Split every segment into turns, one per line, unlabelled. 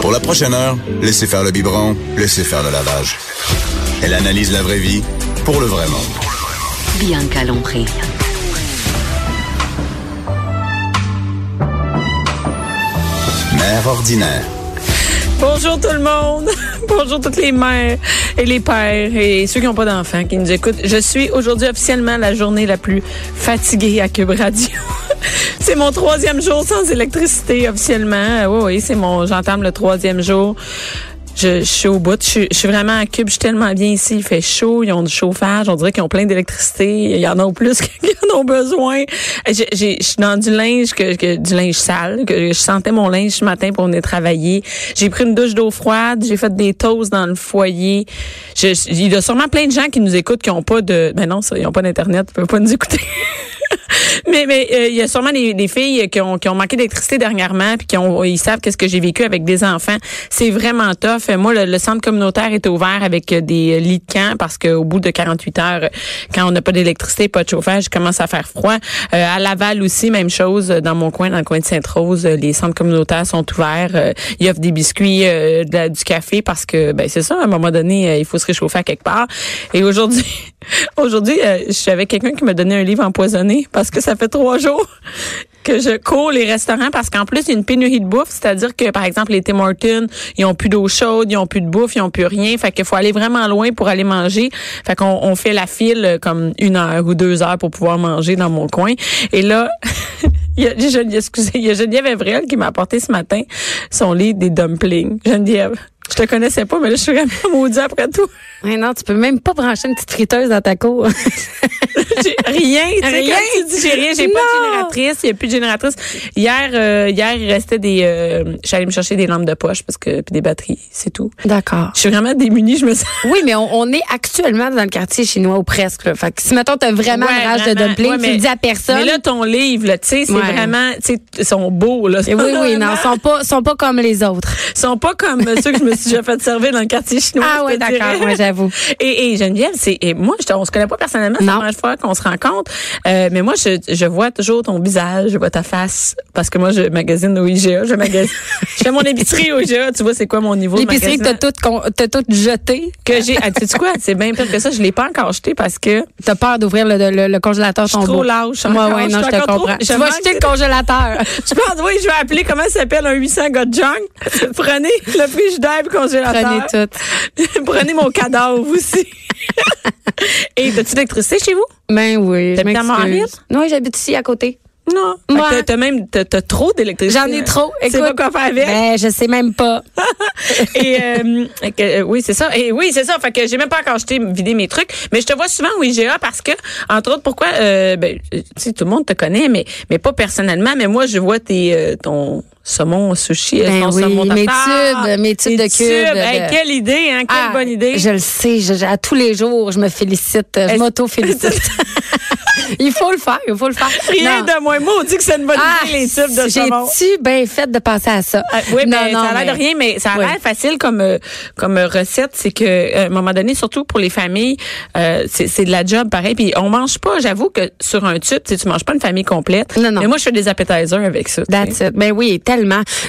Pour la prochaine heure, laissez faire le biberon, laissez faire le lavage. Elle analyse la vraie vie pour le vrai monde.
Bianca Lompré.
Mère ordinaire.
Bonjour tout le monde. Bonjour toutes les mères et les pères et ceux qui n'ont pas d'enfants qui nous écoutent. Je suis aujourd'hui officiellement la journée la plus fatiguée à Cube Radio. c'est mon troisième jour sans électricité officiellement. Euh, Oui, oui, c'est mon, j'entame le troisième jour. Je, je suis au bout. Je, suis- je suis vraiment à Cube. Je suis tellement bien ici. Il fait chaud. Ils ont du chauffage. On dirait qu'ils ont plein d'électricité. Il y en a au plus qu'ils en ont besoin. Je, j'ai- je suis dans du linge, que, que- du linge sale. Que je sentais mon linge ce matin pour venir travailler. J'ai pris une douche d'eau froide. J'ai fait des toasts dans le foyer. Je- je- il y a sûrement plein de gens qui nous écoutent qui n'ont pas de... Ben non, ça, ils n'ont pas d'Internet. Ils peuvent pas nous écouter. Mais mais euh, il y a sûrement des, des filles qui ont, qui ont manqué d'électricité dernièrement puis qui ont ils savent qu'est-ce que j'ai vécu avec des enfants. C'est vraiment tough. Euh, Moi le, le centre communautaire était ouvert avec euh, des euh, lits de camp parce qu'au bout de 48 heures euh, quand on n'a pas d'électricité, pas de chauffage, il commence à faire froid. Euh, à Laval aussi même chose euh, dans mon coin dans le coin de Sainte-Rose, euh, les centres communautaires sont ouverts, Euh, ils offrent des biscuits, euh, de la- du café parce que ben c'est ça à un moment donné euh, il faut se réchauffer à quelque part. Et aujourd'hui Aujourd'hui, euh, je suis avec quelqu'un qui m'a donné un livre empoisonné parce que ça fait trois jours que je cours les restaurants parce qu'en plus, il y a une pénurie de bouffe. C'est-à-dire que, par exemple, les Tim Hortons, ils ont plus d'eau chaude, ils ont plus de bouffe, ils ont plus rien. Fait qu'il faut aller vraiment loin pour aller manger. Fait qu'on on fait la file euh, comme une heure ou deux heures pour pouvoir manger dans mon coin. Et là, il y a, Gen- excusez, il y a Geneviève Evrel qui m'a apporté ce matin son lit des dumplings. Geneviève, je te connaissais pas, mais là, je suis vraiment maudite après tout.
Ouais, non, tu peux même pas brancher une petite friteuse dans ta cour.
J'ai rien, tu sais,
Rien.
quand tu dis j'ai rien, j'ai pas de
Non.
génératrice, il n'y a plus de génératrice. Hier, euh, hier, il restait des, euh, j'allais me chercher des lampes de poche parce que puis des batteries, c'est tout.
D'accord.
Je suis vraiment démunie, je me sens.
Oui, mais on, on est actuellement dans le quartier chinois ou presque. là. Fait que si mettons t'as vraiment
Ouais,
une rage de
vraiment.
dumpling,
Ouais,
tu
mais-
le dis à personne.
Mais là, ton livre, là, tu sais, c'est
Ouais.
vraiment, tu sais, ils sont beaux, là.
Et oui, oui, non, sont pas, sont pas comme les autres.
Ils sont pas comme ceux que je me suis déjà fait servir dans le quartier chinois.
Ah
je
ouais,
te dirais.
d'accord, moi j'avoue.
Et, et Geneviève, c'est et moi, je, te- on se connaît pas personnellement, c'est
Non.
la première fois qu'on se rencontre. Euh, mais moi, je, je vois toujours ton visage, je vois ta face, parce que moi, je magasine au IGA, je magasine, je fais mon épicerie au IGA. Tu vois, c'est quoi mon niveau de
L'épicerie que t'as
magasinage?
toute, con- t'as toute jetée.
que j'ai. Ah, tu sais quoi C'est bien pire que ça. Je l'ai pas encore acheté parce que
T'as peur d'ouvrir le, le, le congélateur
je suis trop lâche.
Ouais,
encore.
ouais, non,
suis
je te
encore trop-
comprends.
je
Tu vas
manque
jeter
de-
le congélateur.
Je pense, oui, je vais appeler, comment ça s'appelle, un 800 gars de junk. Prenez le frigidaire et le congélateur.
Prenez
tout. Prenez mon cadavre aussi. Et t'as-tu d'électricité chez vous?
Ben oui. je
T'habites à
m'excuse.
Montréal?
Non, j'habite ici à côté.
Non. Fait que
Ouais.
t'as- T'as même t'as, t'as trop d'électricité.
J'en ai trop.
Tu sais
Écoute.
pas quoi faire avec.
Ben, je sais même pas.
Et euh, fait que, euh, oui, c'est ça. Et oui, c'est ça. Fait que j'ai même pas encore jeté vidé mes trucs, mais je te vois souvent au IGA parce que entre autres pourquoi euh, ben tu sais tout le monde te connaît mais mais pas personnellement, mais moi je vois tes euh, ton saumon au sushi, euh,
Ben
ton
oui,
saumon
mes
tartare,
tubes, mes tubes
tes
de cubes,
Hey,
de-
quelle idée hein, quelle
Ah,
bonne idée.
Je le sais, je- je- à tous les jours, je me félicite, je
Est-ce-
m'auto-félicite. il faut le faire, il faut le faire.
Rien
Non.
de moins. Moi, on dit que c'est une bonne
Ah,
idée, les tubes de saumon.
J'ai-tu bien fait de penser à ça?
Ah, oui,
Non,
mais
non,
ça a l'air de
mais-
rien, mais ça a
Oui.
l'air facile comme euh, comme euh, recette. C'est que euh, à un moment donné, surtout pour les familles, euh, c'est c'est de la job pareil. Puis on mange pas. J'avoue que sur un tube, tu sais, tu manges pas une famille complète.
Non, non.
Mais moi, je fais des appetizers avec ça. tu sais.
That's it. Ben oui, tellement.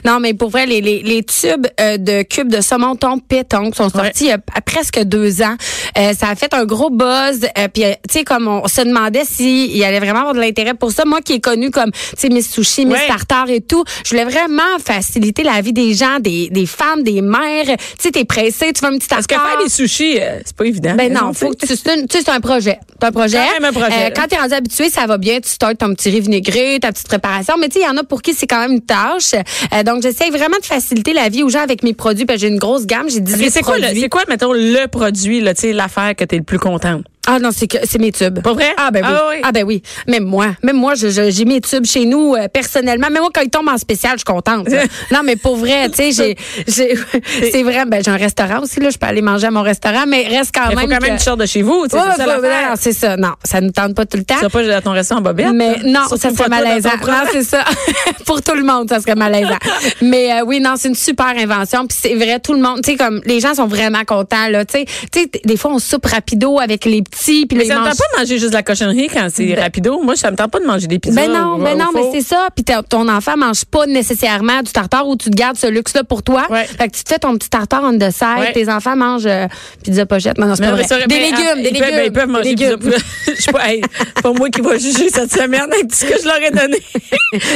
Non, mais pour vrai, les, les, les tubes euh, de cubes de saumon ton péton qui sont sortis
Ouais.
il y a p- presque deux ans, euh, ça a fait un gros buzz. euh, Puis, euh, tu sais, comme on se demandait s'il y allait vraiment avoir de l'intérêt pour ça. Moi qui est connue comme, tu sais, Miss Sushi, Miss
Ouais.
Tartare et tout, je voulais vraiment faciliter la vie des gens, des, des femmes, des mères. Tu sais, t'es pressée, tu veux un petit
Parce que
tartare.
faire des sushis, euh, c'est pas évident.
Ben
Mais
non,
tu sais.
faut que tu, c'est une- tu sais, c'est un projet. C'est un projet. Euh,
Quand même un projet, là.
quand t'es rendu habitué, ça va bien. Tu startes ton petit riz vinaigré, ta petite préparation. Mais tu sais, il y en a pour qui c'est quand même une tâche. Euh, donc, j'essaie vraiment de faciliter la vie aux gens avec mes produits. Parce que j'ai une grosse gamme. J'ai 18
Mais c'est quoi, le-
produits.
c'est quoi, mettons, le produit, là, tu sais, l'affaire que t'es le plus contente?
Ah non, c'est que c'est mes tubes.
Pas vrai?
Ah ben oui.
Ah
Ah,
oui.
ben oui. Même moi, même moi, je- je- j'ai mes tubes chez nous euh, personnellement. Même moi, quand ils tombent en spécial, je suis contente. là. non, mais pour vrai, tu sais, j'ai, j'ai- c'est vrai. Ben j'ai un restaurant aussi là. Je peux aller manger à mon restaurant, mais reste quand
Il faut
Ah, même.
quand même que
que-
tu sortes de chez vous. tu sais,
Ouais,
c'est ça
faut-
l'affaire.
non, c'est ça. Non, ça ne tente pas tout le temps.
Tu vas pas à ton restaurant en bobette.
Mais non,
Surtout
ça
pas
serait
toi dans ton
malaisant.
propre-
Non, c'est ça. Pour tout le monde, ça serait malaisant. Mais euh, oui, non, c'est une super invention. Puis c'est vrai, tout le monde, tu sais, comme les gens sont vraiment contents là. Tu sais, tu sais, t- des fois on soupe rapido avec les petits. Puis là,
Mais
ils
ça me
mangent-
tente pas de manger juste de la cochonnerie quand c'est rapido. Moi, ça me tente pas de manger des pizzas.
Ben non,
au-
ben
au
non, mais
four.
c'est ça. Puis ta- ton enfant mange pas nécessairement du tartare ou tu te gardes ce luxe-là pour toi.
Ouais.
Fait que tu te fais ton petit tartare on the side.
Ouais.
Tes enfants mangent euh, pizza pochette. Non, non, c'est
Mais
pas
mais
vrai.
ça aurait-
Des
ben,
légumes,
ah,
des
ils peuvent- ben,
légumes.
ils peuvent manger
des
des
légumes.
Je suis pas, hey, c'est pas moi qui va juger cette semaine avec tout ce que je leur ai donné.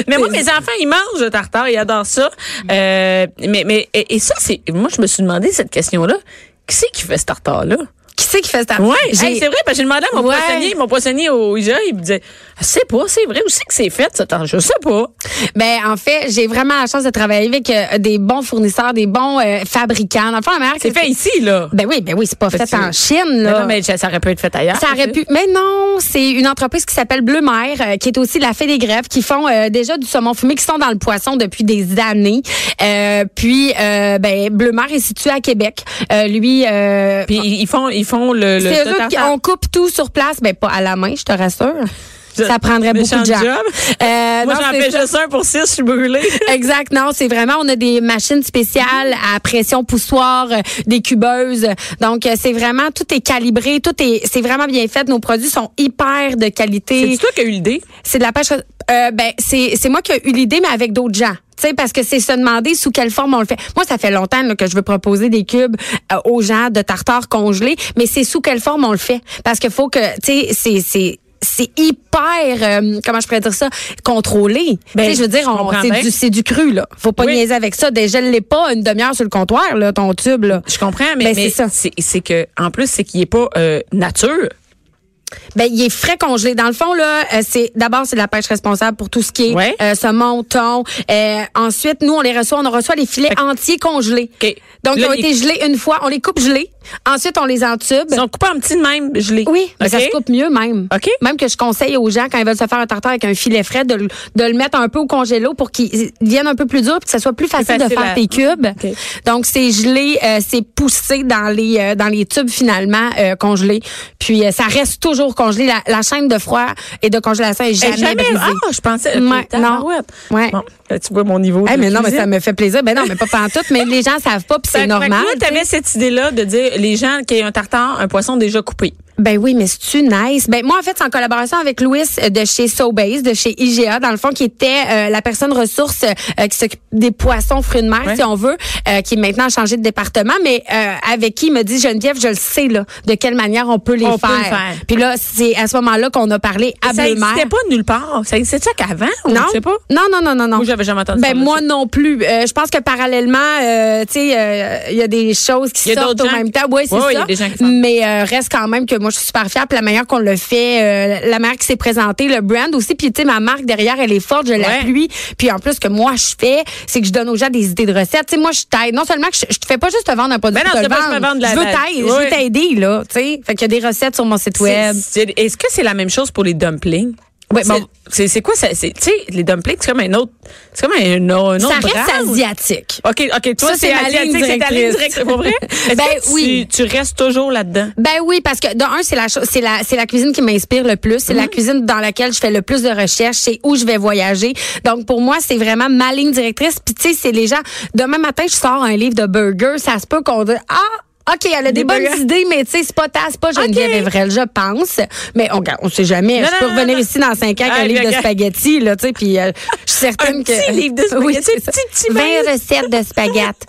mais moi, mes enfants, ils mangent le tartare, ils adorent ça.
Mm.
Euh, mais, mais, et, et ça, c'est, moi, je me suis demandé cette question-là. Qui c'est qui fait ce tartare-là?
Qui c'est qui fait ce tartare?
Oui,
J'ai-
c'est vrai, parce que j'ai demandé à mon
Ouais.
poissonnier, mon poissonnier au IGA, il me disait, je sais pas, c'est vrai, où c'est que c'est fait, ce tartare? Je sais pas.
Ben en fait, j'ai vraiment la chance de travailler avec euh, des bons fournisseurs, des bons euh, fabricants. Dans le fond, la manière que-
C'est fait ici, là.
Ben oui, ben oui, c'est pas
Parce
fait en
que-
Chine
Mais
là.
non, mais ça ça aurait pu être fait ailleurs.
Ça aurait
tu sais.
pu. Mais non, c'est une entreprise qui s'appelle Bleu Mer, euh, qui est aussi la fée des grèves, qui font euh, déjà du saumon fumé, qui sont dans le poisson depuis des années. Euh, puis, euh, ben, Bleu Mer est situé à Québec. Euh, lui, euh,
Puis ils ils font, ils font le, le
c'est
ce
eux qui
tartare.
on coupe tout sur place, ben pas à la main, je te rassure. Ça prendrait beaucoup
Méchant
de gens.
job.
Euh,
Moi,
non,
j'en
c'est
fais
ça.
juste un pour six, je suis brûlée.
Exact, non, c'est vraiment, on a des machines spéciales à pression poussoir, euh, des cubeuses. Donc, euh, c'est vraiment, tout est calibré, tout est, c'est vraiment bien fait. Nos produits sont hyper de qualité.
C'est toi qui as eu l'idée.
C'est de la pêche. Euh, ben, c'est c'est moi qui ai eu l'idée, mais avec d'autres gens. Tu sais, parce que c'est se demander sous quelle forme on le fait. Moi, ça fait longtemps là, que je veux proposer des cubes euh, aux gens de tartare congelé, mais c'est sous quelle forme on le fait. Parce qu'il faut que, tu sais, c'est... c'est c'est hyper euh, comment je pourrais dire ça contrôlé.
Ben,
tu sais, je veux dire,
je
on-
comprends bien.
c'est du c'est du cru là. Faut pas
Oui.
niaiser avec ça. Déjà, l'ai pas une demi-heure sur le comptoir là, ton tube là.
Je comprends, mais,
Ben,
mais
c'est ça.
c'est c'est que en plus c'est qu'il est pas euh, nature.
Ben, il est frais congelé. Dans le fond, là, euh, c'est d'abord c'est de la pêche responsable pour tout ce qui est
Ouais.
euh, saumon, thon. Euh, ensuite, nous, on les reçoit, on reçoit les filets entiers congelés.
OK.
Donc,
Là,
ils ont
ils-
été gelés une fois, on les coupe gelés. Ensuite, on les entube.
Ils sont coupés en petits de même, je l'ai.
Ben. Oui, mais ça
OK?
se coupe mieux même.
OK.
Même que je conseille aux gens quand ils veulent se faire un tartare avec un filet frais de, le- de le mettre un peu au congélo pour qu'il devienne un peu plus dur, puis que ça soit plus facile,
facile
de faire
à-
tes cubes.
OK.
Donc c'est gelé, euh, c'est poussé dans les euh, dans les tubes finalement euh, congelés. Puis euh, ça reste toujours congelé. La, la chaîne de froid et de congélation est jamais,
Eh, jamais.
brisée.
Ah, je pensais.
Ouais,
Ouais, non.
non. Ouais.
tu vois mon niveau.
Eh,
de
mais non, mais
cuisine.
ça me fait plaisir. Ben non, mais pas pantoute, mais les gens savent pas, puis
Fait
c'est
que-
normal.
Fait que toi, t'avais cette idée-là de dire les gens qui aient un tartare, un poisson déjà coupé.
Ben oui, mais c'est-tu nice? Ben moi, en fait, c'est en collaboration avec Louis euh, de chez Sobase, de chez IGA, dans le fond, qui était euh, la personne ressource euh, qui s'occupe des poissons fruits de mer,
Ouais.
si on veut, euh, qui est maintenant changé de département, mais euh, avec qui il me dit, Geneviève, je le sais, là, de quelle manière on peut les
On peut
faire.
le faire.
Puis là, c'est à ce moment-là qu'on a parlé à
ça
Bleu Mer.
n'existait pas nulle part. Ça existait ça qu'avant ou
Non.
je sais pas.
non, non, non, non, non.
Moi, j'avais jamais entendu
Ben
parler de
moi
ça.
non plus. Euh, je pense que parallèlement, euh, tu sais, euh, il y a des choses
Il y
qui
a
sortent
d'autres
au
gens
même
qui-
temps. Oui, c'est
Ouais, ouais, il y a
ça.
des gens qui sortent.
Mais euh, reste quand même que moi, je suis super fière. Puis la manière qu'on le fait, euh, la manière qui s'est présentée, le brand aussi. Puis tu sais, ma marque derrière, elle est forte, je l'appuie. Puis en plus, ce que moi je fais, c'est que je donne aux gens des idées de recettes. Tu sais, moi, je t'aide. Non seulement que je, je te fais pas juste te vendre un produit,
Ben non,
pour
c'est
te le
pas juste me
vendre.
vendre de la-
je veux
la-
t'aider, je
Ouais.
veux t'aider là. Tu sais, fait qu'il y a des recettes sur mon site web.
C'est- c'est- Est-ce que c'est la même chose pour les dumplings?
Ouais,
C'est-
bon.
c'est c'est quoi ça? c'est- Tu sais, les dumplings, c'est comme un autre. C'est comme un, un autre.
Ça reste
branche.
asiatique.
OK, OK. Toi,
Ça,
c'est
c'est ma ligne
asiatique, c'est ta ligne
directrice.
directe, c'est pas vrai? Est-ce
Ben
que tu-
oui.
Tu restes toujours là-dedans.
Ben oui, parce que de un, c'est la chose, c'est la, c'est la cuisine qui m'inspire le plus.
Mm-hmm.
C'est la cuisine dans laquelle je fais le plus de recherches. C'est où je vais voyager. Donc pour moi, c'est vraiment ma ligne directrice. Puis tu sais, c'est les gens. Demain matin, je sors un livre de burgers. Ça se peut qu'on dise ah. OK, elle a des,
Des
bonnes
burgers.
idées, mais tu sais, c'est pas ta, c'est pas Geneviève
OK.
Evrel, je pense. Mais on, on sait jamais.
Non,
je peux
non, non,
revenir
non.
ici dans cinq ans avec
Ah,
un livre
bien,
de
bien.
spaghettis, là, tu sais, puis euh, je suis certaine
Un
que...
petit livre de
Oui,
spaghettis,
c'est ça.
petit, petit
20
même.
recettes de spaghettis.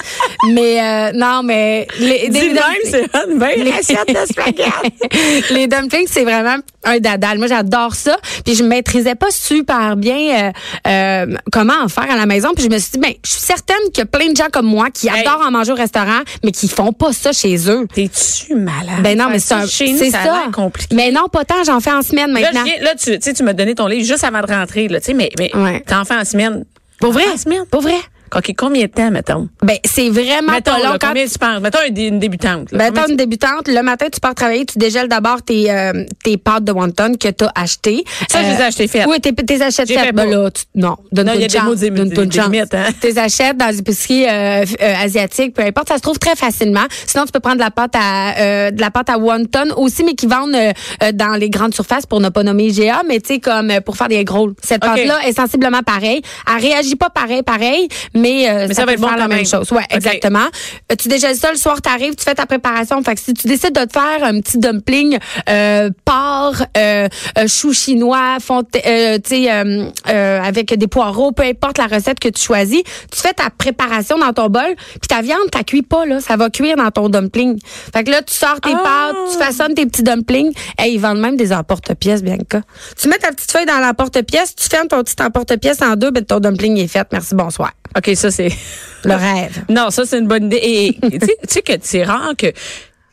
mais euh, non, mais... Les,
Dis
des-
de même, c'est une
les-
belle assiette de spaghetti.
les dumplings, c'est vraiment un dadal. Moi, j'adore ça. Puis je maîtrisais pas super bien euh, euh, comment en faire à la maison. Puis je me suis dit, ben, je suis certaine qu'il y a plein de gens comme moi qui
Hey.
adorent en manger au restaurant, mais qui font pas ça chez eux.
T'es-tu malade?
Ben non, mais c'est
Faire
un-
ça Ah, chez nous,
c'est
ça. a
ça.
l'air compliqué.
Mais non, pas tant. J'en fais en semaine
Là,
maintenant.
je viens- là, tu, tu sais, tu m'as donné ton livre juste avant de rentrer, là, tu sais, mais, mais
Ouais.
t'en fais en semaine.
Pour vrai?
En semaine.
Pour vrai?
OK, combien de temps, mettons?
Ben, c'est vraiment
mettons,
pas long.
là,
quand
combien tu penses? Mettons une, dé- une débutante. là.
Ben,
Combien
t'as une débutante, le matin, tu pars travailler, tu dégèles d'abord tes, euh, tes pâtes de wonton que t'as achetées. Euh,
Ça, je les ai achetées faites.
Oui, t'es, t'es achètes
J'ai fait
faites. Ben
pas.
là, tu- non, donne
Non, il y a
une
des mots,
chance.
des- des-
Donne-toi une
des
chance.
limites, hein.
T'es achètes dans les épiceries euh, f- euh, asiatiques, peu importe. Ça se trouve très facilement. Sinon, tu peux prendre de la pâte à, euh, de la pâte à wonton aussi, mais qui vendent euh, euh, dans les grandes surfaces pour ne pas nommer GA, mais tu sais, comme euh, pour faire des gros. Cette
OK.
pâte-là est sensiblement pareille. Elle réagit pas pareil, pareil, mais, euh,
Mais
ça,
ça va
peut
être bon
faire la
quand
même
même.
chose. Ouais,
OK.
exactement. Exactement. Euh, tu dégèles ça le soir, t'arrives, tu fais ta préparation. Fait que si tu décides de te faire un petit dumpling euh, porc, euh, euh, chou chinois, fonte, euh, tu sais, euh, euh, avec des poireaux, peu importe la recette que tu choisis, tu fais ta préparation dans ton bol, puis ta viande, t'as cuit pas là, ça va cuire dans ton dumpling. Fait que là, tu sors tes pâtes, tu façonnes tes petits dumplings. et ils vendent même des emporte-pièces, Bianca. Tu mets ta petite feuille dans l'emporte-pièce, tu fermes ton petit emporte-pièce en deux, ben ton dumpling est fait. Merci, bonsoir.
de- OK, ça, c'est...
Le rêve.
Non, ça, c'est une bonne idée. Et et tu sais- tu sais que c'est rare que...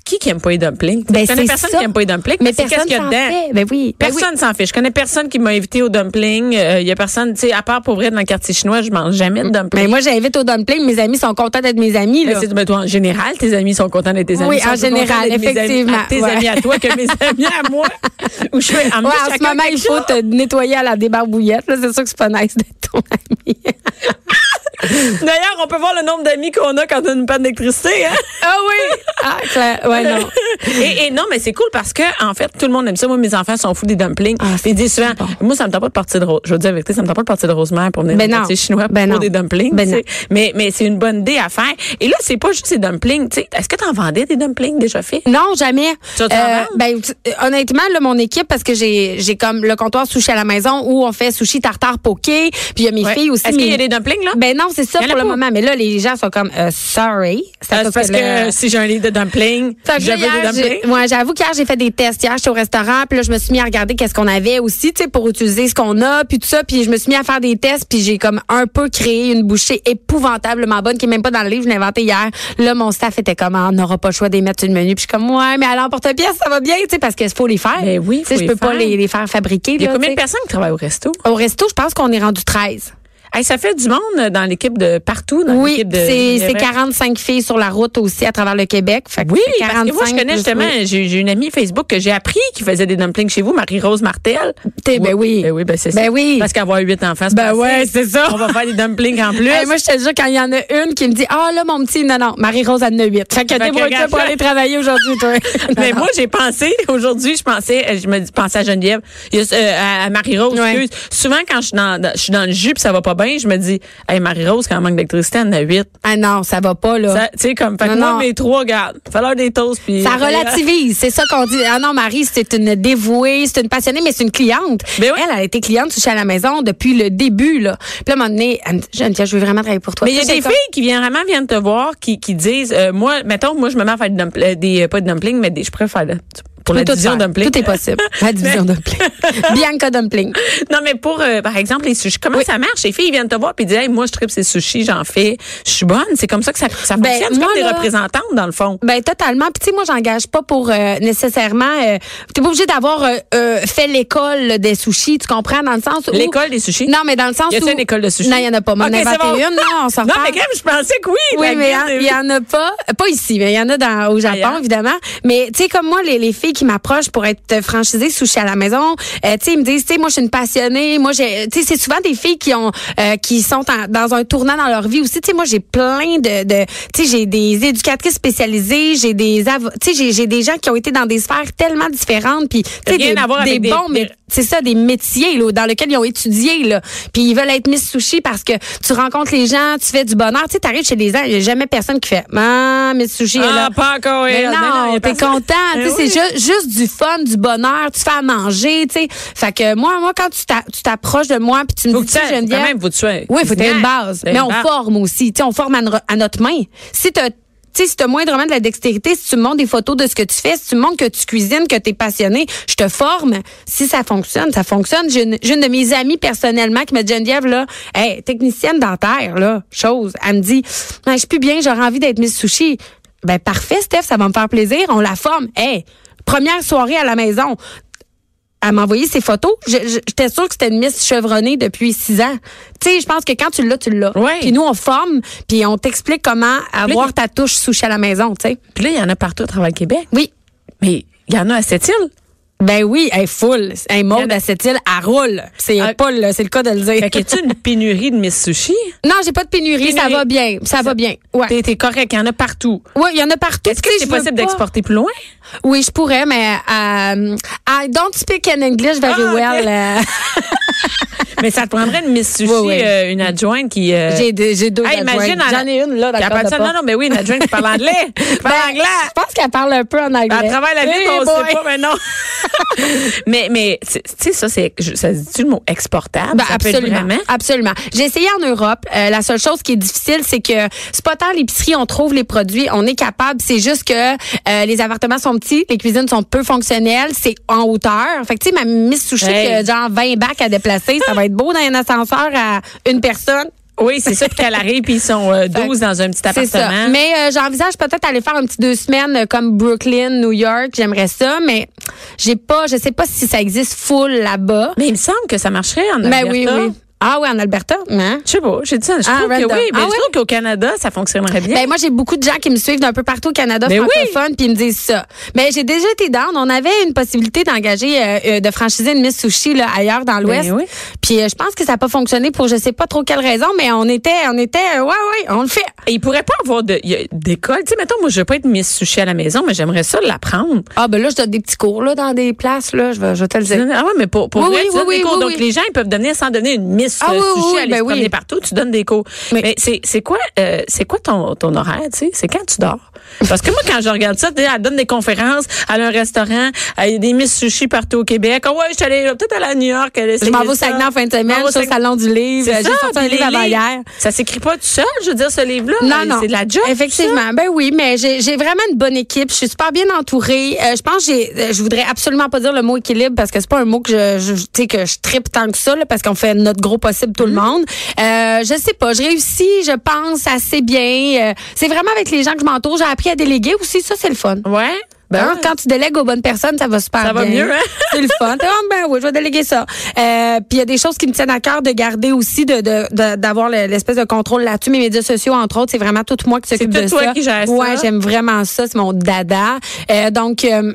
Qui qui aime pas les dumplings?
Ben,
je connais
c'est
personne
ça.
qui aime pas les dumplings.
Mais
parce que
personne
qu'est-ce qu'il y a
s'en
dedans?
fait. Ben oui, ben oui.
Personne s'en fiche. Je connais personne qui m'a invité au dumpling. Euh, Il y a personne, tu sais, à part pour vrai dans le quartier chinois, je mange jamais de dumpling.
Mais moi, j'invite au dumpling. Mes amis sont contents d'être mes amis.
Mais
Mm. Ben Là.
Ben, c'est- mais toi, en général, tes amis sont contents d'être tes amis.
Oui,
Ils sont
en
plus
général,
contents d'être mes amis-
effectivement,
à tes
ouais.
amis à toi que mes amis à moi. Où je fais,
Ouais, en ce moment, il faut te nettoyer à la débarbouillette. là. C'est sûr que c'est pas nice d'être ton ami.
D'ailleurs, on peut voir le nombre d'amis qu'on a quand on a une panne d'électricité. Hein?
ah oui! Ah, clair. Ouais, non.
et, et non, mais c'est cool parce que, en fait, tout le monde aime ça. Moi, mes enfants sont fous des dumplings.
Ah,
Puis ils disent souvent, moi, ça me tente pas de partir de Rosemère. Je veux dire, avec toi, ça me tente pas de partir de Rosemère pour venir
Ben
dans
non.
le quartier chinois
Ben
pour
non.
des dumplings.
Ben
tu sais.
non.
mais mais c'est une bonne idée à faire. Et là, c'est pas juste des dumplings. tu sais. Est-ce que t'en vendais des dumplings déjà faits?
Non, jamais.
Tu vas te faire
ben, tu- euh, honnêtement, là, mon équipe, parce que j'ai j'ai comme le comptoir sushi à la maison où on fait sushi tartare poké. Puis il y a mes
Ouais.
filles aussi.
Est-ce qu'il y
mes-
a des dumplings, là?
Ben non, c'est ça
Il y en a
pour le
pas.
moment. Mais là, les gens sont comme euh, sorry. C'est à
Ah,
cause
c'est parce que,
le-
si j'ai un livre de dumplings,
Fait que
je
là,
veux des
hier, j'ai-
dumplings.
ouais, j'avoue qu'hier, j'ai fait des tests. Hier, j'étais au restaurant, puis là, je me suis mis à regarder qu'est-ce qu'on avait aussi, tu sais, pour utiliser ce qu'on a, puis tout ça. Puis je me suis mis à faire des tests, puis j'ai comme un peu créé une bouchée épouvantablement bonne, qui est même pas dans le livre, je l'ai inventée hier. Là, mon staff était comme, Ah, on n'aura pas le choix de les mettre sur le menu. Puis je suis comme, ouais, mais à l'emporte-pièce, ça va bien, tu sais, parce qu'il faut les faire.
Ben oui,
Tu sais,
faut
je
les
peux pas
faire.
les, les faire fabriquer.
Il y a
là,
combien de
tu sais.
personnes qui travaillent au resto?
Au resto, je pense qu'on est rendu 13.
Hey, ça fait du monde dans l'équipe de partout, dans
Oui,
l'équipe Ah, de.
c'est c'est
Mirabelle.
45 filles sur la route aussi à travers le Québec. Fait que
Oui,
c'est
parce que moi, je
45
connais
plus-
justement,
oui.
j'ai j'ai une amie Facebook que j'ai appris qui faisait des dumplings chez vous, Marie-Rose Martel.
T'es- ben oui.
Ben oui, ben c'est
Ben
ça.
oui.
Parce qu'avoir huit enfants, c'est
Ben
pas
ouais,
assez.
c'est ça.
On va faire des dumplings en plus.
Hey, moi, je te jure, quand il y en a une qui me dit Ah, là, mon petit, non, non, Marie-Rose, elle en a huit. Fait que
que
débrouille-toi
regarde
pour
ça.
aller travailler aujourd'hui, toi.
mais
Non,
moi, j'ai pensé, aujourd'hui, je pensais, euh, je me dis, pensais à Geneviève, il y a, euh, à, à Marie-Rose,
Ouais.
excuse. Souvent, quand je suis dans, dans- je suis dans le jus pis ça va pas bien, je me dis, hey, Marie-Rose, quand elle manque d'électricité, elle en a huit.
Ah non, ça va pas, là.
Ça,
Ça,
Tu sais, comme, fait que
Non,
moi,
non.
mes trois, regarde, falloir des toasts puis.
relativise, c'est ça qu'on dit. Ah non, Marie, c'est une dévouée, c'est une passionnée, mais c'est une cliente.
Ben oui.
Elle, elle a été cliente suis à la maison depuis le début, là. Puis là, à un moment donné, elle me dit, Geneviève, je veux vraiment travailler pour toi.
Mais il y a
Puis j'ai
des
comme-
filles qui viennent vraiment viennent te voir qui, qui disent euh, moi mettons moi je me mets à faire des, dumpl- euh, des euh, pas de dumplings mais des, je préfère là, pour la
Tout
division
faire.
dumpling.
Tout est possible. La division dumpling. Bianca dumpling.
non mais pour euh, par exemple les sushis comment ça marche les filles viennent te voir puis disent hey, moi je tripe ces sushis j'en fais je suis bonne c'est comme ça que ça, ça
Ben,
fonctionne c'est
moi,
comme des
là-
représentantes dans le fond.
Ben totalement. Puis tu sais, moi, j'engage pas pour euh, nécessairement. Euh, T'es pas obligé d'avoir euh, euh, fait l'école des sushis, tu comprends dans le sens où
L'école des sushis?
Non, mais dans le sens
Y a-t-il
où
une école de sushis?
Non, il y en a pas. M'en
Ok,
ai
c'est
inventé
bon.
une. Non, on s'en
Non
reparle.
mais quand même je pensais que oui.
Oui,
la
mais
guide
il
des-
y, en a pas. Pas ici, mais il y en a dans, au Japon,
Ailleurs.
évidemment. Mais, tu sais, comme moi, les, les filles qui m'approchent pour être franchisées sushi à la maison, euh, tu sais, ils me disent, tu sais, moi, je suis une passionnée. Moi, j'ai, tu sais, c'est souvent des filles qui ont, euh, qui sont en- dans un tournant dans leur vie aussi. Tu sais, moi, j'ai plein de, de tu sais, j'ai des éducatrices spécialisées, j'ai des, avo- tu sais, j'ai- j'ai des gens qui ont été dans des sphères tellement différentes, puis, tu sais,
Rien
des,
à voir
des
avec des-
bons, mais
des-
c'est ça, des métiers là, dans lesquels ils ont étudié. Là. Puis ils veulent être Miss Sushi parce que tu rencontres les gens, tu fais du bonheur. Tu sais, t'arrives chez les gens, il n'y a jamais personne qui fait Ah, Miss Sushi est
Ah,
là.
pas encore
Mais
elle. Mais non, il y a
non, t'es
personne.
content. Tu sais,
Ben oui.
C'est ju- juste du fun, du bonheur. Tu fais à manger, tu sais. Fait que moi, moi quand tu t'a- tu t'approches de moi puis tu me
Faut
dis,
que
tu sais,
tu aies-
Geneviève,
quand même, faut que tu aies-
Oui, faut que tu aies
Snack.
une base.
T'as
Mais
une
on
base.
forme aussi. Tu sais, on forme à, notre- à notre main. Si t'as tu sais, si t'as moindrement de la dextérité, si tu me montres des photos de ce que tu fais, si tu me montres que tu cuisines, que t'es passionné, je te forme. Si ça fonctionne, ça fonctionne. J'ai une, j'ai une de mes amies personnellement qui m'a dit, Geneviève, là, hey, technicienne dentaire, là, chose. Elle me dit, Ben, je suis plus bien, j'aurais envie d'être Miss Sushi. Ben, parfait, Steph, ça va me faire plaisir. On la forme. Hey, première soirée à la maison à m'envoyer ses photos, je- je- j'étais sûre que c'était une miss chevronnée depuis six ans. Tu sais, je pense que quand tu l'as, tu l'as.
Ouais.
Puis nous, on forme, puis on t'explique comment avoir
il-
ta touche souche à la maison, tu sais.
Puis là, il y en a partout à travers le Québec.
Oui.
Mais il y en a à cette île.
Ben oui, elle est full. Elle est
Il y en
mode
a-
à cette île, elle roule. C'est
Ah.
pas le, c'est le cas de le dire.
Fait que tu une pénurie de Miss Sushi?
Non, j'ai pas de pénurie, ça
Pénurie.
va bien. Ça, va bien. Ouais.
T'es- T'es correct, il y en a partout.
Ouais, il y en a partout.
Est-ce que
Tu sais,
c'est
je veux
possible
pas-
d'exporter plus loin?
Oui, je pourrais, mais euh, I don't speak in English very
Ah,
well.
ok.
euh,
Mais ça te prendrait une Miss Sushi,
Ouais, ouais.
euh, une adjointe qui. euh,
j'ai deux, j'ai deux
Hey,
adjointes.
imagine, elle-
J'en ai une là.
qui
d'accord,
apprend
de
ça.
pas.
Non, non, mais oui, une adjointe qui parle anglais. Qui parle
Ben,
anglais.
Je pense qu'elle parle un peu en anglais.
Elle travaille la vie,
Hey
on
boy.
sait pas, mais non. mais, mais, tu tu sais, ça, c'est, je- ça se dit le mot exportable?
Ben,
ça peut être
absolument,
vraiment?
absolument. J'ai essayé en Europe. Euh, la seule chose qui est difficile, c'est que c'est pas tant l'épicerie, on trouve les produits, on est capable. C'est juste que euh, les appartements sont petits, les cuisines sont peu fonctionnelles, c'est en hauteur. Fait que tu sais, ma mise sushi,
Hey.
qui a genre 20 bacs à déplacer, ça va être beau dans un ascenseur à une personne.
Oui, c'est ça, puis qu'elle arrive, puis ils sont euh, 12 dans un petit
C'est ça.
appartement.
Mais euh, j'envisage peut-être aller faire un petit deux semaines euh, comme Brooklyn, New York. J'aimerais ça, mais j'ai pas, je sais pas si ça existe full là-bas.
Mais il me semble que ça marcherait en
Mais
Alberta.
oui, oui. Ah oui, en Alberta. Hein?
Je sais pas, j'ai dit ça. Je
Ah,
trouve que
random.
oui, mais
Ah
je
ouais?
trouve qu'au Canada, ça fonctionnerait bien.
Ben moi j'ai beaucoup de gens qui me suivent d'un peu partout au Canada
Mais oui.
francophone puis ils me disent ça. Mais j'ai déjà été down, on avait une possibilité d'engager euh, euh, de franchiser une Miss Sushi là, ailleurs dans l'ouest.
oui.
Puis euh, je pense que ça n'a pas fonctionné pour je sais pas trop quelle raison mais on était on était euh, ouais ouais, on le fait.
Et il pourrait pas avoir de- y a- d'école. Tu sais, mettons, moi, je veux pas être Miss Sushi à la maison, mais j'aimerais ça l'apprendre.
Ah ben là je donne des petits cours là dans des places là, je vais je vais te le dire.
Ah ouais, mais pour, pour
Oui,
vrai,
oui,
tu donnes
oui,
des
oui,
cours.
oui,
Donc,
oui.
les gens, ils peuvent devenir, sans donner une Miss
Ah
euh,
oui,
Sushi,
oui,
aller
ben
se promener
oui.
partout, tu donnes des cours. Mais,
Mais-
c'est c'est quoi, euh, c'est quoi ton, ton horaire, tu sais? C'est quand tu dors? Parce que moi, quand je regarde ça, tu sais, elle donne des conférences, elle a un restaurant, elle- il y a des Miss Sushi partout au Québec. Ah ouais, je suis allée, je vais peut-être aller à New York. aller
Je
essayer
m'en vais au
ça.
Saguenay en fin de
Je m'en
semaine,
vais au
je suis au
Saguenay.
salon du livre,
C'est
Ben, j'ai
ça,
sorti un
puis les
livre avant
livres,
hier.
Ça s'écrit pas tout seul, je veux dire, ce livre-là.
Non, non.
euh, C'est de la job.
Effectivement. Ben oui, mais j'ai j'ai vraiment une bonne équipe. Je suis super bien entourée. Euh, je pense que j'ai, euh, je voudrais absolument pas dire le mot équilibre parce que c'est pas un mot que je, je- tu sais, que je tripe tant que ça, là, parce qu'on fait notre gros possible tout le
Mm-hmm.
monde. Euh, je sais pas. Je réussis, je pense assez bien. Euh, c'est vraiment avec les gens que je m'entoure. J'ai appris à déléguer aussi. Ça, c'est le fun.
ça. Ouais. Ben,
Hein, quand tu délègues aux bonnes personnes, ça va super
Ça va
bien.
mieux, hein?
C'est le fun. T'es, Ah, ben oui, je vais déléguer ça. Euh, Puis il y a des choses qui me tiennent à cœur de garder aussi, de, de- de- d'avoir le- l'espèce de contrôle là-dessus. Mes médias sociaux, entre autres, c'est vraiment tout moi qui s'occupe
tout
de
toi
ça.
qui gère ça.
Ouais, j'aime vraiment ça. C'est mon dada. Euh, donc... euh,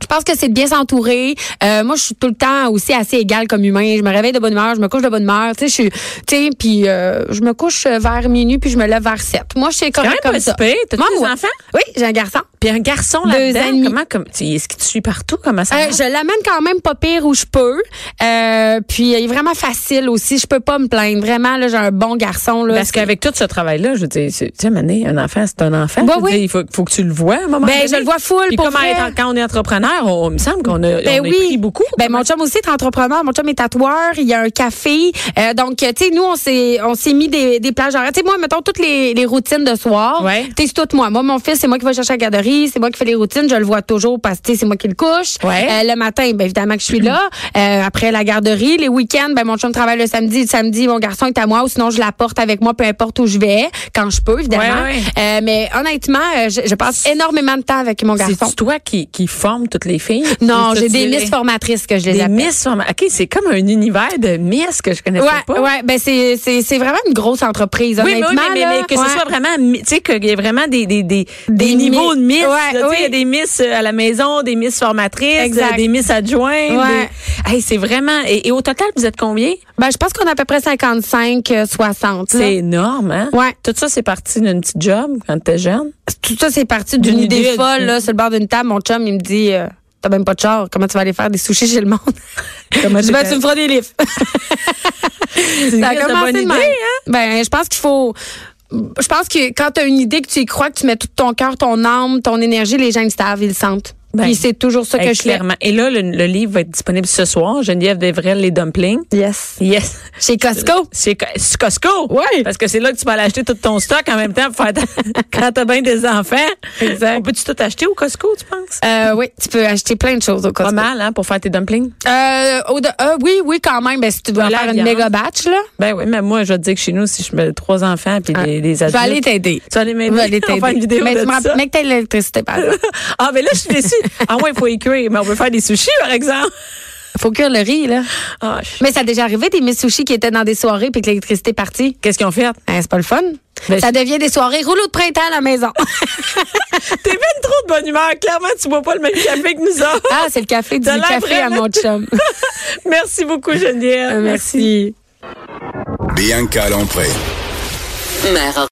je pense que c'est de bien s'entourer. Euh, moi, je suis tout le temps aussi assez égale comme humain. Je me réveille de bonne humeur, je me couche de bonne humeur. Tu sais, je suis, tu sais, puis euh, je me couche vers minuit puis je me lève vers 7. Moi, je suis
quand
correcte
même
comme
pas
ça.
si pire. T'as-tu
Moi,
des
moi-
enfants?
Oui, j'ai un garçon.
Puis un garçon
Deux ans et
là-dedans,
demi.
comment, comme, tu- est-ce que tu suis partout? Comment ça
Euh,
marche?
je l'amène quand même pas pire où je peux. Euh, puis euh, il est vraiment facile aussi. Je peux pas me plaindre. Vraiment, là, j'ai un bon garçon. Là, Ben,
Parce qu'avec tout ce travail-là, je veux dire, c'est- tu sais, Mané, un enfant, c'est un enfant.
Bah
Je veux
oui.
dire, il faut, faut que tu le vois à un moment
Ben,
donné.
je le vois full,
Puis
pour
comme à
vrai.
être- quand on est entrepreneur, on, il me semble qu'on a,
Ben
on a
oui.
pris beaucoup. hein.
Ben, mon chum aussi est entrepreneur. Mon chum est tatoueur. Il a un café. Euh, donc, tu sais, nous, on s'est, on s'est mis des, des plages horaires. Tu sais, moi, mettons toutes les, les routines de soir.
Ouais.
Tu sais, c'est tout moi. Moi, mon fils, c'est moi qui vais chercher à la garderie. C'est moi qui fais les routines. Je le vois toujours parce que, tu sais, c'est moi qui le couche.
Ouais.
Euh, le matin, ben, évidemment que je suis là. Euh, après la garderie, les week-ends, ben, mon chum travaille le samedi. Le samedi, mon garçon est à moi ou sinon, je l'apporte avec moi, peu importe où je vais, quand je peux, évidemment.
Ouais, ouais.
Euh, mais honnêtement, euh, je, je passe énormément de temps avec mon garçon.
C'est toi qui, qui forme toutes les filles?
Non,
Ou ça,
j'ai
tu
des
les-
miss formatrices que je les
Des
appelle.
miss form- OK, c'est comme un univers de miss que je connaissais
Ouais,
pas.
ouais, ben c'est c'est c'est vraiment une grosse entreprise
Oui, mais, oui,
honnêtement
mais- mais-
là.
mais que
Ouais.
ce soit vraiment, mi- tu sais, qu'il y ait vraiment des, des, des, des
Des
niveaux de
mi-
miss. là,
Ouais,
tu sais,
oui.
Il y a des miss euh, à la maison, des miss formatrices,
Exact.
euh, des miss adjointes.
Ouais.
des- Hey, c'est vraiment. Et, et au total, vous êtes combien?
ben je pense qu'on a à peu près 55 euh, 60. là.
C'est énorme, hein?
Ouais.
Tout ça, c'est parti d'une petite job quand t'étais jeune.
Tout ça c'est parti
D'une
d'une idée,
idée,
folle
d'une-
là sur le bord d'une table mon chum il me dit euh, T'as même pas de char, comment tu vas aller faire des sushis chez le monde?
Comment
Je dis, ben,
t'étais-
tu me feras des livres.
C'est une crise de bonne idée,
de même.
hein?
Ben, je pense qu'il faut. Je pense que quand tu as une idée, que tu y crois, que tu mets tout ton cœur, ton âme, ton énergie, les gens ils le savent, ils le sentent.
Ben,
Puis c'est toujours ça que
Hey,
je fais.
clairement. Et là, le, le livre va être disponible ce soir. Geneviève Devrel, les dumplings.
Yes.
Yes.
Chez Costco.
C'est Co- c'est Costco.
Ouais.
Parce que c'est là que tu vas aller acheter tout ton stock en même temps pour faire ta- quand t'as bien des enfants.
Exact.
On peut-tu tout acheter au Costco, tu penses?
Euh, oui, tu peux acheter plein de choses au
Pas
Costco.
mal, hein, pour faire tes dumplings.
Euh, au de- euh, oui, oui, quand même. Ben, si tu dois
La
faire une
viande.
méga batch, là.
Ben oui, mais moi, je vais te dire que chez nous, si je mets trois enfants puis des, des
Ah, Je vais
adultes.
aller t'aider.
Tu vas aller
Je
m'aider.
vais aller
On va faire une
t'aider.
vidéo
Mais
de
tu me
ça.
rappelles- mais que t'aies l'électricité, par exemple.
ah, mais là, je suis déçue. Ah ouais, il faut y cuire. Mais on peut faire des sushis, par exemple.
Faut cuire le riz, là.
Ah, je-
Mais ça a déjà arrivé des Miss Sushi qui étaient dans des soirées puis que l'électricité est partie.
Qu'est-ce qu'ils ont fait?
Hein, c'est pas le fun.
Ben,
ça devient des soirées rouleaux de printemps à la maison.
T'es bien trop de bonne humeur. Clairement, tu bois pas le même café que nous autres.
ah, c'est le café du
T'as l'air
café à
vraiment-
mon chum. Euh,
Merci beaucoup, Geneviève.
Merci.
Bianca Lompré.
Mère